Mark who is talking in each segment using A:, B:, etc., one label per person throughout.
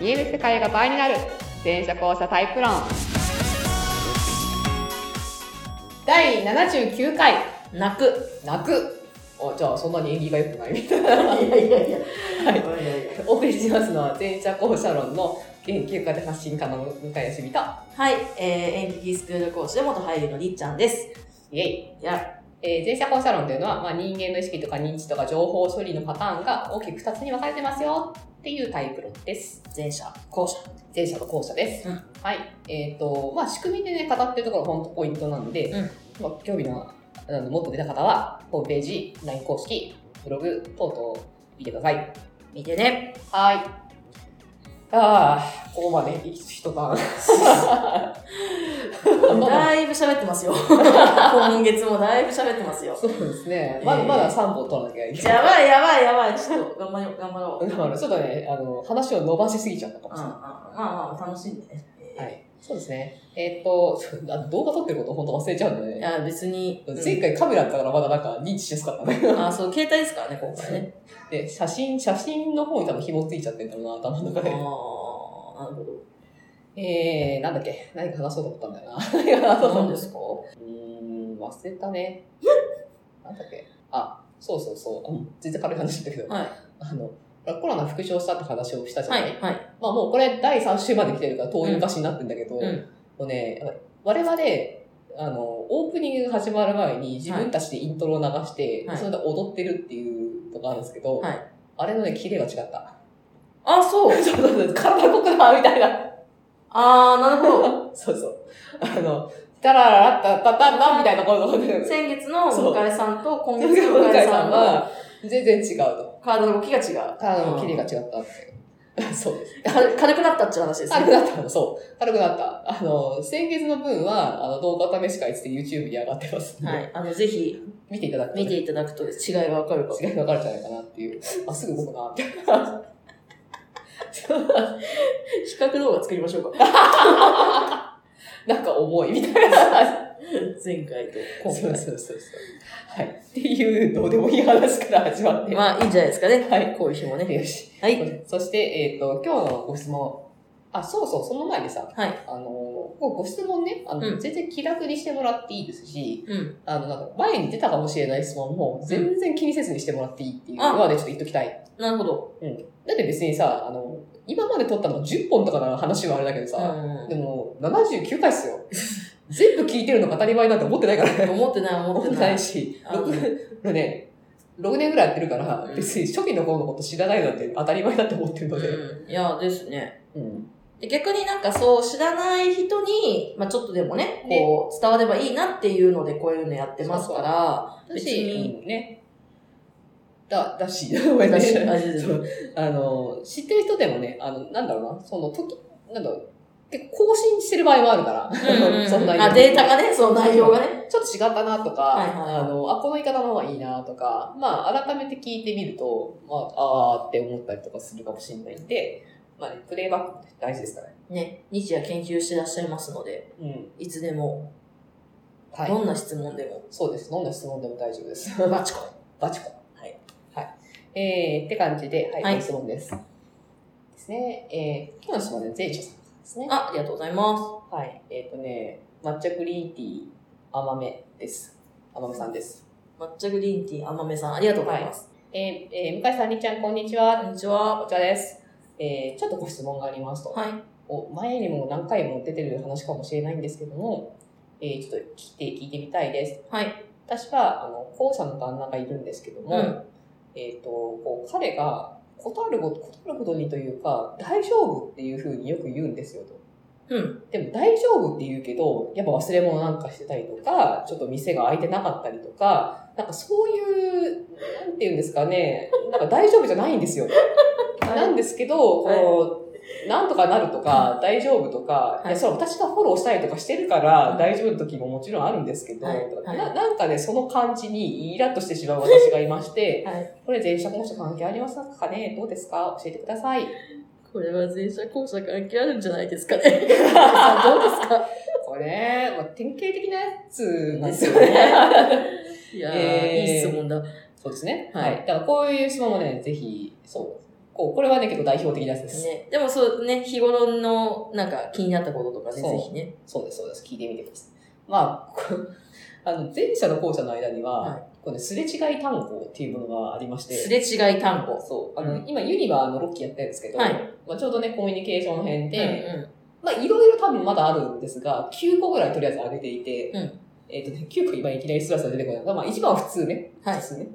A: 見える世界が倍になる全車交差タイプ論第79回
B: 泣く。
A: 泣く
B: あ、じゃあそんなに縁起が良くないみたい
A: いやいやいや
B: な。はい。
A: いやいや
B: お送りしますのは、前者後者論の研究家で発信家の向井し美と。
C: はい、えー、演劇スクール講師で元俳優のりっちゃんです。
B: イェイ。
C: いや、
B: えー前者後者論というのは、まあ、人間の意識とか認知とか情報処理のパターンが大きく2つに分かれてますよっていうタイプ論です。
C: 前者、後者。
B: 前者と後者です。
C: うん
B: はい。えっ、と、まあ、仕組みでね、語ってるところが本当ポイントなんで、
C: うん
B: まあ、興味のあのもっと出た方は、ホームページ、LINE 公式、ブログ等々見てください。
C: 見 てね。
B: はい。ああ、ここまで一晩。
C: だいぶ喋っ てますよ。今月もだいぶ喋ってますよ。
B: そうですね。
C: えー
B: まだまだ3本取らなきゃいけない。
C: やばいやばいやばい。ちょっと頑張り頑張ろう。
B: だからちょっとね、あの、話を伸ばしすぎちゃったか
C: う
B: も
C: ん
B: し
C: うん
B: れ
C: うん
B: な
C: まあまあ、楽しんでね。
B: い。はい。そうですね。えーっと、 そうあ動画撮ってること本当忘れちゃうんだ
C: い
B: ね。
C: や、別に。うん
B: 前回カメラだったからまだなんか認知しやすかったね。
C: あ、そう、携帯ですからね、今回ね。
B: で、写真、写真の方に多分紐ついちゃってんだろうな、頭の
C: ああ
B: 中
C: ー、なる
B: で。
C: ほど。
B: えー、なんだっけ何か話そうと思ったんだよな。何か話そうと思
C: 何
B: っ
C: で
B: た
C: すか
B: うーん、忘れたね。なんだっけあ、そうそうそう。うん、全然軽い話だけど、
C: はい。
B: あの、コロナ復唱したって話をしたじゃ
C: は
B: ない、
C: い。はい。
B: まあもうこれ第3週まで来てるから遠い昔になってんだけど、
C: うんうん
B: もうね、我々、あの、オープニングが始まる前に自分たちでイントロを流して、
C: はい
B: それで踊ってるっていうのがあるんですけど、
C: はい
B: あれのね、キレが違った。
C: あ、そう。
B: そうそうそう、体動くな、みたいな。
C: あー、なるほ ど。
B: そうそう。あの、タラララッタッタッタッタみたいな声が出てる。
C: 先月の向井さんと今
B: 今
C: 月
B: 月
C: の
B: の
C: 向
B: 向
C: 井
B: 井
C: さ
B: さ
C: ん
B: ん
C: は、
B: は全然違うと。
C: 体の動きが違う。
B: 体のキレが違ったって。そうです。
C: 軽 軽くなったっていう話です
B: 軽く
C: ね。
B: なったのそう。軽くなった。あの、先月の分は、あの、動画試し会つって YouTube に上がってますんで、
C: はい。あの、ぜひ
B: 見ていただくと、
C: 見ていただくと違いがわかるかも。
B: 違いが分かるんじゃないかなって いう。あ、すぐ動くな、って。
C: 比較動画作りましょうか。
B: なんか重い、みたいな。
C: 前回と
B: そ
C: 今
B: うそうそうそう。はい。っていう、どうでもいい話から始まって。
C: 回。まあ、いいんじゃないですかね。
B: はい
C: こういう日もね。
B: よし。
C: はい。
B: そして、えっ、と、今日のご質問。あ、そうそう、その前にさ、
C: はい。
B: あの、ごご質問ね、あの、
C: うん
B: 全然気楽にしてもらっていいですし、
C: うん。
B: あの、なんか前に出たかもしれない質問も全然気にせずにしてもらっていいっていうのはね、ちょっと言っときたい。
C: なるほど。
B: だって別にさ、あの、今まで撮ったの10本とかなら話はあれだけど
C: う
B: さ、で
C: ん。
B: も79回っすよ。全部聞いてるのが当たり前なんて思ってないから ね。
C: 思ってない、思
B: 思
C: っ
B: って
C: て
B: な
C: ないい。
B: し、
C: あの
B: 6ね、6年ぐらいやってるから
C: う、ん
B: 別に初期の頃のこと知らないなんて当たり前だって思ってるので。
C: うん。いや、ですね。
B: うん。
C: で逆になんかそう、知らない人に、まあちょっとでもね、
B: ね
C: こう、伝わればいいなっていうので、こういうのやってますから、
B: だ
C: 別
B: し
C: に、
B: うんね。だ、だし、ごめんね
C: 私、あれです
B: そうあの、知ってる人でもね、あの、なんだろうな、その時、なんだろう、結構更新してる場合もあるから、 その内容
C: あ、データがね、その内容がね。
B: ちょっと違ったなとか、
C: はいはいはい
B: あの、あ、この言い方の方がいいなとか、まあ、改めて聞いてみると、まあ、あーって思ったりとかするかもしれないんで、まあね、プレイバックって大事ですからね。
C: ね、日夜研究してらっしゃいますので、
B: うん。
C: いつでも、
B: はい。
C: どんな質問でも、
B: そうです。どんな質問でも大丈夫です。
C: バチコ。
B: バチコ。
C: はい。
B: はい。えー、って感じで、はい、
C: はい
B: ご質問です。ですね。えー、今日の質問は前者さんからですね。
C: あ、ありがとうございま
B: はい。えっ、とね、抹茶グリーンティー甘めです。甘めさんです。
C: す。抹茶グリーンティー甘めさん、ありがとうございます。
B: えーえー向井さん、りっちゃん、こんにちは。
C: こんにち
B: こ
C: は。
B: ちらです。えーちょっとご質問がありますと、
C: はい。
B: お。前にも何回も出てる話かもしれないんですけども、えーちょっと聞いて、聞いてみたいです。
C: はい。
B: 私は、あの、後者の旦那がいるんですけども、
C: うん
B: えっ、と、こう、彼が、ことあるごと、ことあることにというか、大丈夫っていうふうによく言うんですよと。
C: うん。
B: でも大丈夫って言うけど、やっぱ忘れ物なんかしてたりとか、ちょっと店が開いてなかったりとか、なんかそういう、なんて言うんですかね、なんか大丈夫じゃないんです よ。なんですけど、
C: はい
B: こう、なんとかなるとか、大丈夫とか、い、
C: はい
B: や、それは私がフォローしたりとかしてるから
C: う、ん
B: 大丈夫の時ももちろんあるんですけど、
C: はいはい
B: ななんかね、その感じにイラッとしてしまう私がいまして、
C: はい。
B: これ前者後者関係ありますかねどうですか教えてください。
C: これは前者後者関係あるんじゃないです かね。さあどうですか
B: これ、まあ、典型的なやつなんですよ
C: ですよ
B: ね。
C: いやー、
B: えー
C: いい質問だ。
B: そうですね。は
C: はい
B: い。だからこういう質問もね、ぜひ、そう。構、これはね、結構代表的なやつです。
C: ね、でもそうね、日頃のなんか気になったこととかね、
B: そう
C: ぜひね。
B: そうです、そうです。聞いてみてください。まあ、こあの、前者の後者の間には、
C: はい
B: このすれ違い単語っていうものがありまして、
C: すれ違い単語。
B: そう。あの、
C: うん
B: 今、ユニバーのロッキーやってるんですけど、
C: はい
B: まあ、ちょうどね、コミュニケーション編で、
C: うん
B: まあ、いろいろ多分まだあるんですが、9個ぐらいとりあえず上げていて、
C: うん
B: えっ、とね、9個今いきなりスラスラ出てこない。まあ、一番は普通ね。
C: はい
B: 普通ね。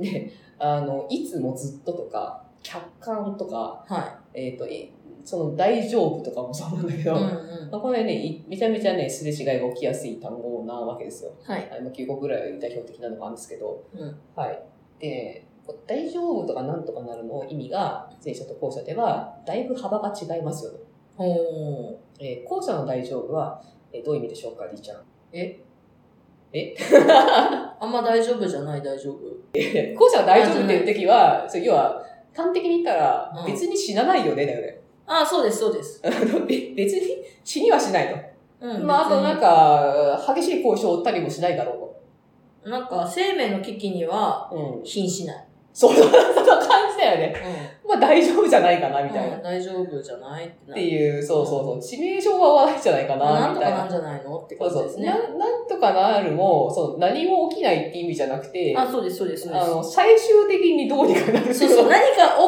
B: で、あの、いつもずっととか、客観とか、
C: うん。は
B: えっ、と、いその大丈夫とかもそうなんだけ
C: い。
B: ど、
C: うんう
B: ま
C: ん。
B: あこれね、いめちゃめちゃね、すれ違いが起きやすい単語なわけですよ。
C: はい。
B: あの9個ぐらい代表的なのがあるんですけど、
C: うん
B: はい。で、大丈夫とかなんとかなるの意味が、前者と後者では、だいぶ幅が違いますよと。
C: ほ
B: えー、後者の大丈夫は、えーどういう意味でしょうか、りーちゃん。ええ
C: ーあんま大丈夫じゃない、大丈夫。
B: 後者の大丈夫っていう時は、そう要は、端的に言ったら
C: う、ん
B: 別に死なないよね、だよね。
C: ああ、そうです、そうです。
B: あの べ別に死にはしないと。
C: うん。
B: まあ、あとなん
C: 別
B: か、激しい交渉を負ったりもしないだろう
C: に、なんか生命の危機には
B: と。うん。
C: 瀕しない。
B: そう、そんな感じだよね。まあ、大丈夫じゃないかな、
C: う
B: みたいな。
C: うん大丈夫じゃないってな
B: っていう、そうそうそう。致命傷は合わないんじゃないか
C: まあ
B: な、
C: なん
B: み
C: と
B: たい
C: かな
B: な。
C: んじゃないのって
B: そ
C: こ
B: う
C: と
B: そ
C: です
B: う。
C: ね
B: な。なんとかなるも、そう、何も起きないって意味じゃなくて、
C: あ、そうです、そうです、そう
B: あ
C: です。
B: の、最終的にどうにかなる
C: そうそう、何か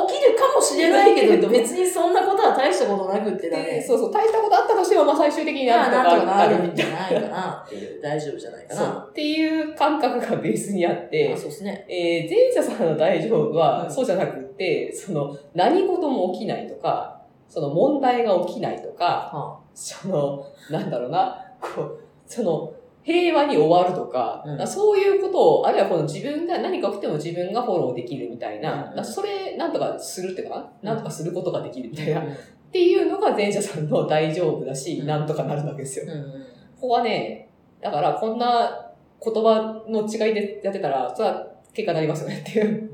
C: 起きるかもしれない け
B: だけど
C: ど、別にそんなことは大したことなくってだ
B: で
C: ね。
B: そうそう、大したことあったとしても、まあ最終的に
C: ま
B: な
C: あ
B: んと
C: なん
B: か
C: とかな
B: な
C: る
B: るみ
C: ん
B: た
C: じ
B: い
C: ゃないかなっていう、大丈夫じゃないか
B: な。
C: な。
B: そうっていう感覚がベースにあって
C: あ、、そうですね。
B: えー、前者さんの大丈夫
C: う
B: は、
C: ん
B: そうじゃなくって、その、何事も起きないとか、その問題が起きないとか、
C: は
B: その、なんだろうな、こう、その、平和に終わるとか、
C: うん
B: そういうことを、あるいはこの自分が何か起きても自分がフォローできるみたいな、
C: うんうん
B: それ、なんとかするっていうかな、なんとかすることができるみたいな、
C: あ
B: っていうのが前者さんの大丈夫だし、
C: うん
B: なんとかなるわけですよ。
C: うんうん
B: ここはね、だからこんな言葉の違いでやってたら、それは結果になりますよねっていう。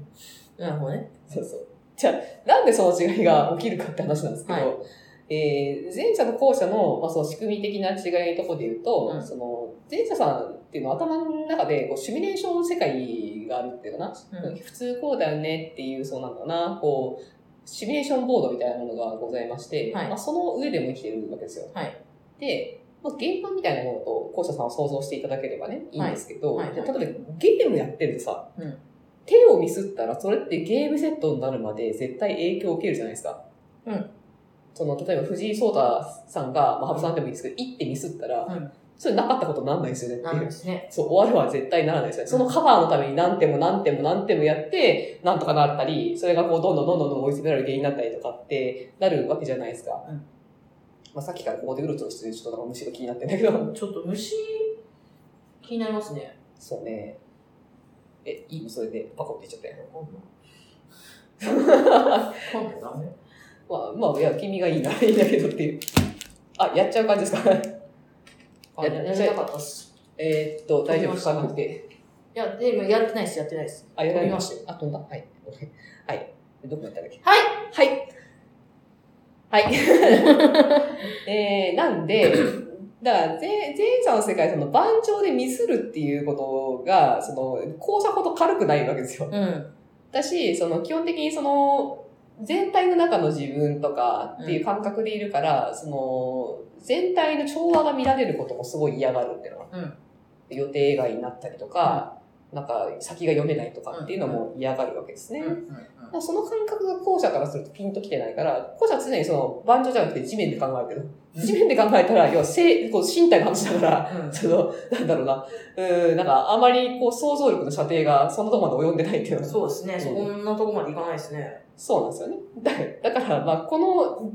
C: なるほどね。
B: そうそう。じゃあ、なんでその違いが起きるかって話なんですけど、
C: はい
B: えー前者と後者の、まあ、その仕組み的な違いのところで言うと、
C: うん
B: その前者さんっていうのは頭の中でこうシミュレーション世界があるっていうかな、
C: うん
B: 普通こうだよねっていう、そうなんだな、こう、シミュレーションボードみたいなものがございまして、
C: はい
B: まあ、その上でも生きてるわけですよ。
C: はい
B: で、まあ、ゲームみたいなものと後者さんを想像していただければね、いいんですけど、
C: はいはい
B: で例えばゲームやってるとさ、
C: うん
B: 手をミスったら、それってゲームセットになるまで絶対影響を受けるじゃないですか。
C: うん
B: その、例えば藤井聡太さんが、まあ、羽生さんでもいいですけど、一手ミスったら、
C: うん
B: それなかったことにならないですよねって
C: なん
B: いう
C: で。すね。
B: そう、終わるは絶対ならないですね。そのカバーのために何点も何点も何点もやって、なんとかなったり、それがこう、どんどんどんどんどん追い詰められる原因になったりとかってなるわけじゃないですか。
C: うん
B: まあ、さっきからここでうろちょろしてるちょっとなんかむしろ気になってんだけど。
C: ちょっと虫、気になりま すね。
B: そうね。え、いいそれでパコって言っちゃったよ。
C: 今度ダメ。
B: まあ、まあ、いや、君がいいな、いいんだけどっていう。あ、やっちゃう感じですか
C: あややりたかったっす。
B: えーっと、大丈夫ですかなくて。
C: いや、でもやってないっす、やってないっす。
B: あ、やら
C: 飛
B: れ
C: び
B: ま
C: ま
B: し
C: したよ。
B: た。あ、飛んだ。はい。はい。どこだったんだっけ
C: はい
B: はい。はい。えー、なん で、だから、前前者の世界、その、盤上でミスるっていうことが、その、後者ほど軽くないわけですよ。
C: うん。
B: だし、その基本的にその全体の中の自分とかっていう感覚でいるから、その全体の調和が乱れることもすごい嫌がるっていうのは、
C: うん
B: 予定外になったりとか、なんか先が読めないとかっていうのも嫌がるわけですね。
C: うん。うん
B: だからその感覚が後者からするとピンときてないから、後者は常にその盤上じゃなくて地面で考えるけど、地面で考えたら、要は性、こう身体の話だから、
C: うん
B: その、なんだろうな、うーん、なんかあまりこう想像力の射程がそんなとこまで及んでないっていうのが
C: そうですね。
B: そ
C: そ
B: うん
C: なとこまでいかないですね。
B: そうなんですよね。だだから、まあ、この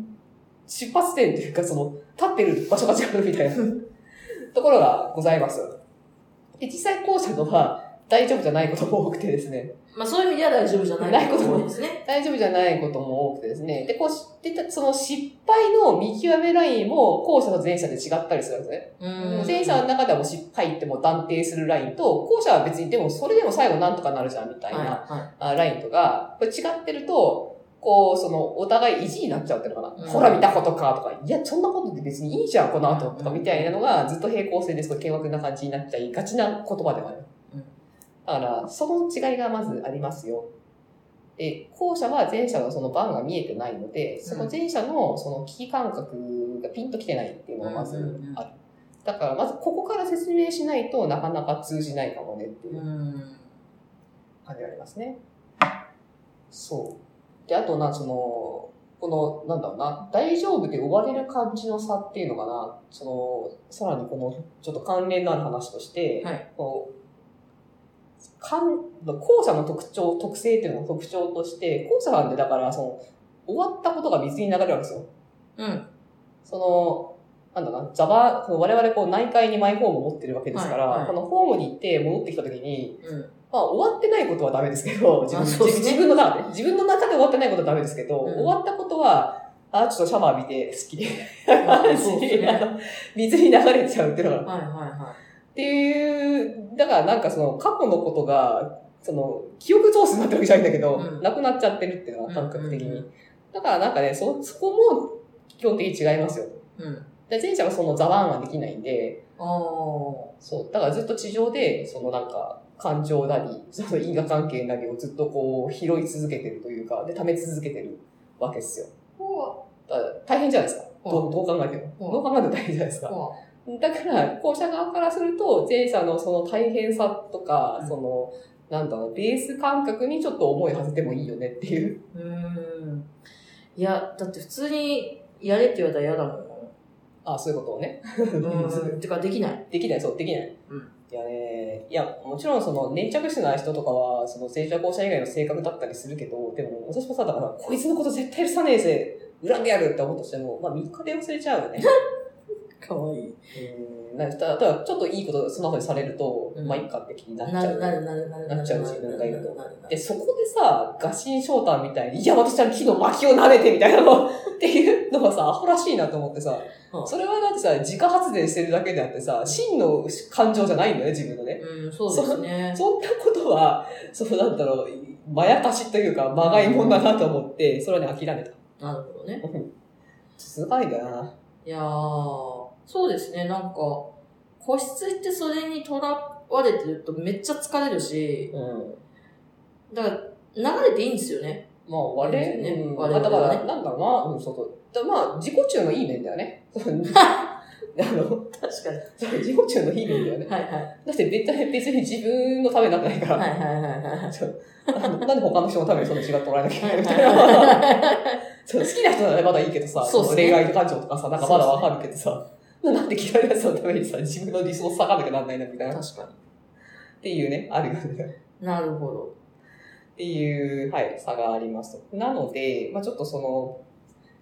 B: 出発点というか、その、立ってる場所が違うみたいなところがございます。で、実際後者のは、大丈夫じゃないことも多くてですね。
C: まあそういう意味では大丈夫じゃない
B: ないことも
C: 多いですね。
B: 大丈夫じゃないことも多くてですね。で、こうし、でたその失敗の見極めラインも後者と前者で違ったりするんですね。
C: うん
B: 前者の中ではもう失敗ってもう断定するラインと、後者は別にでもそれでも最後なんとかなるじゃんみたいな。
C: は
B: あラインとか、これ違ってると、こう、その、お互い意地になっちゃうっていうのかな。
C: うん
B: ほら見たことかとか、いや、そんなことで別にいいじゃん、この後とか、
C: うん
B: みたいなのが、ずっと平行線ですごい険悪な感じになっちゃいがちな言葉ではある
C: うん。
B: だから、その違いがまずありますよ。で、後者は前者のその番が見えてないので、その前者のその危機感覚がピンときてないっていうのがまず
C: うんうんうん
B: ある。だから、まずここから説明しないとなかなか通じないかもねっていう
C: うん。
B: 感じがありますね。そう。で、あとな、その、この、なんだろうな、大丈夫で終われる感じの差っていうのかな、その、さらにこの、ちょっと関連のある話として、
C: はい
B: こう、かん、後者の特徴、特性っていうのの特徴として、後者なんでだから、その、終わったことが水に流れるわけですよ。
C: うん。
B: その、なんだろうな、ザバ、その我々こう内海にマイホームを持ってるわけですから、
C: はいはい
B: このホームに行って戻ってきたときに、
C: うん。
B: まあ、終わってないことはダメですけど、自
C: あ
B: 分
C: そうですね
B: 自分の中で、自分の中で終わってないことはダメですけど、
C: うん
B: 終わったことは、あ、ちょっとシャワー浴びて好き。
C: あ
B: 感
C: そうで
B: じ
C: すね
B: あの 水に流れちゃうっていうのが。っ
C: はいはいは
B: ていう、だからなんかその過去のことが、その、記憶調子になってるわけじゃないんだけど、
C: うん
B: なくなっちゃってるっていうのは感覚的に。
C: うんうんう
B: だからなんかね、そ、そこも基本的に違いますよ。
C: い。うん。
B: で前者はそのザワンはできないんで、
C: ああ。
B: そう。だからずっと地上で、そのなんか、感情なり、 その因果関係なりをずっとこう、拾い続けてるというか、で、溜め続けてるわけですよ。
A: こ
B: だから大変じゃないですか。
C: うん
B: どうどう考えても。
C: うん
B: どう考えても大変じゃないですか。
C: う
B: だから、校舎側からすると、前者のその大変さとか
C: う、ん
B: その、なんだろう、ベース感覚にちょっと思いはせてもいいよねっていう。
C: ん。いや、だって普通にやれって言われたら嫌だもん。
B: あそういうことをね。
C: うん。てか、できない。
B: できない、そう、できない。
C: うん
B: いやね、いや、もちろんその、粘着質な人とかは、その、成長校舎以外の性格だったりするけど、でも、私もさ、だから、こいつのこと絶対許さねえぜ、恨んでやるって思うとしても、まあ、3日で忘れちゃうよね。
C: かわいい。
B: うん、なんか、ただ、ちょっといいこと、スマホにされると、
C: うん
B: まあ、いっかって気になっち
C: な
B: ゃ
C: るな
B: う。
C: るなるなる
B: なっちゃう自分がいると
C: なるな
B: で、
C: る
B: そこでさ、ガシンショーターみたいに、いや、私は木の薪を舐めてみたいなの、っていうのがさ、アホらしいなと思ってさ、
C: うん
B: それはだってさ、自家発電してるだけであってさ、真の感情じゃないんだよね、自分のね。
C: うん、そうですね。
B: そんなことは、そうなんだろう、まやかしというか、まがいもんだなと思って、それはね、諦めた。
C: なるほどね。
B: すごいんだな。
C: いやー、そうですね、なんか、個室ってそれにとらわれてるとめっちゃ疲れるし、
B: うん。
C: だから、流れていいんですよね。
B: まあ、我
C: そうですね
B: うん、
C: 我
B: まあ
C: 々は
B: だ
C: ね
B: から、なんだろうな、うん、そうそう。だまあ、自己中のいい面だよ ね。あの、
C: 確かに。
B: そう自己中のいい面だよね。
C: はいはい。
B: だって別に、別に自分のためになってないから。
C: はいはいはいはい。
B: そうあのなんで他の人のためにその違ってもらえなきゃいけないみたいな。
C: は
B: そう好きな人ならまだいいけどさ、
C: そうっすね
B: 恋愛感情とかさ、なんかまだわかるけどさ、なんで嫌いなやつのためにさ、自分の理想を下がなきゃなんないなみたい
C: い
B: な。
C: 確か
B: っていうね、あるよね。
C: に。なるほど。
B: っていう、はい、差があります。なので、まあちょっとその、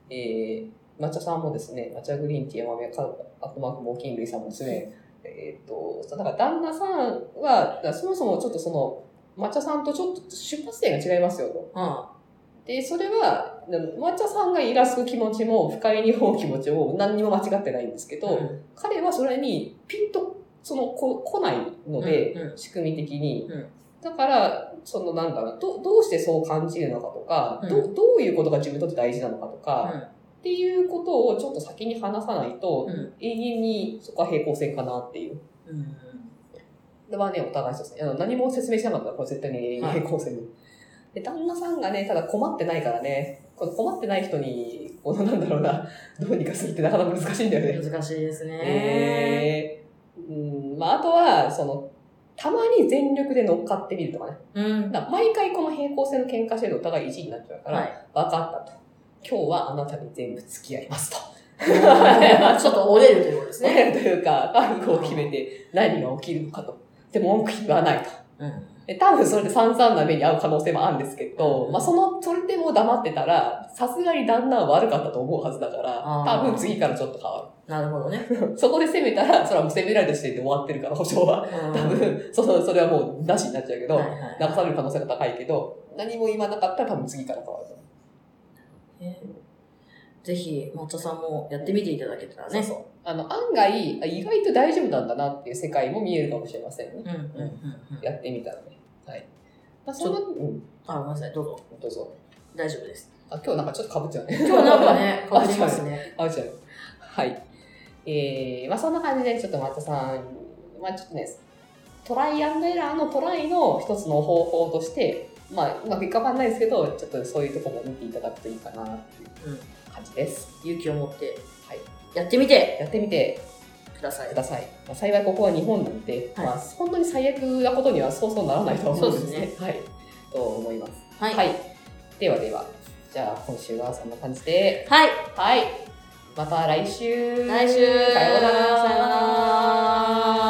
B: えー、抹茶さんもですね、抹茶グリーンティー、山宮か、アットマーク、モーキン類さんもですね、えーっと、そうだから旦那さんは、だからそもそもちょっとその、抹茶さんとちょっと出発点が違いますよと。
C: は
B: で、それは、あの抹茶さんがイラつく気持ちも、不快に思う気持ちも何にも間違ってないんですけ
C: い
B: ど、彼はそれにピンと、その、こ来ないので、
C: うんうん
B: 仕組み的に。
C: うん
B: だから、その、なんだろうど、どうしてそう感じるのかとか、
C: うん
B: どどういうことが自分にとって大事なのかとか、っていうことをちょっと先に話さないと、
C: うん
B: 永遠にそこは平行線かなっていう。
C: うん。うん。
B: これはね、お互いそうですね。あの何も説明しなかったら、これ絶対に永遠に平行線に。で、旦那さんがね、ただ困ってないからね、この困ってない人に、このなんだろうな、どうにかするってなかなか難しいんだよね。
C: 難しいですね。
B: えーうん、まあ、あとは、その、たまに全力で乗っかってみるとかね。
C: うん。
B: だから毎回この平行線の喧嘩してるとお互い意地になっちゃうから、
C: は
B: 分
C: い。
B: かったと。今日はあなたに全部付き合いますと。
C: ちょっと折れるということですね。
B: ね、 というか、覚悟を決めて何が起きるのかと。で、文句言わないと。
C: うん。
B: で多分それで散々な目に遭う可能性もあるんですけど、まあその、それでも黙ってたら、さすがに旦那は悪かったと思うはずだから、
C: あー
B: 多分次からちょっと変わ
C: なるほどね。
B: る。 そこで責めたら、それはもう責められた時点で終わってるから、保証は。
C: 多
B: 多分、その、それはもうなしになっちゃうけど、
C: はいはい
B: 流される可能性が高いけど、何も言わなかったら多分次から変わると思
C: ねぜひ、抹茶さんもやってみていただけたら
B: う。
C: ね。
B: そうそう。あの、案外、あ意外と大丈夫なんだなっていう世界も見えるかもしれませんね。
C: うんうんうんうん。
B: やってみたらね。はい。まあ、その、うん、
C: あ、ごめんなさい、どうぞ。
B: どうぞ。
C: 大丈夫です。
B: あ、今日なんかちょっと被っちゃうね。
C: 今日なんか ね、かぶりますね。
B: あ、じゃあはい。えー、まあそんな感じで、ちょっと松田さん、まあちょっとね、トライアンドエラーのトライの一つの方法として、まあ、うまくいかばんないですけど、ちょっとそういうとこも見ていただくといいかなっていう
C: うん
B: 感じです。
C: 勇気を持って、
B: はい
C: やってみて
B: やってみて
C: ください
B: く。ださい。まあ、幸いここは日本なんで、
C: はい
B: まあ、本当に最悪なことにはそうそうならないとは思うんです
C: そう
B: ね。
C: で
B: はい。と思います。
C: はい。
B: はい。ではでは、じゃあ今週はそんな感じで、
C: はい。
B: はい。また来週
C: 来週。
B: さようなら
C: さようなら。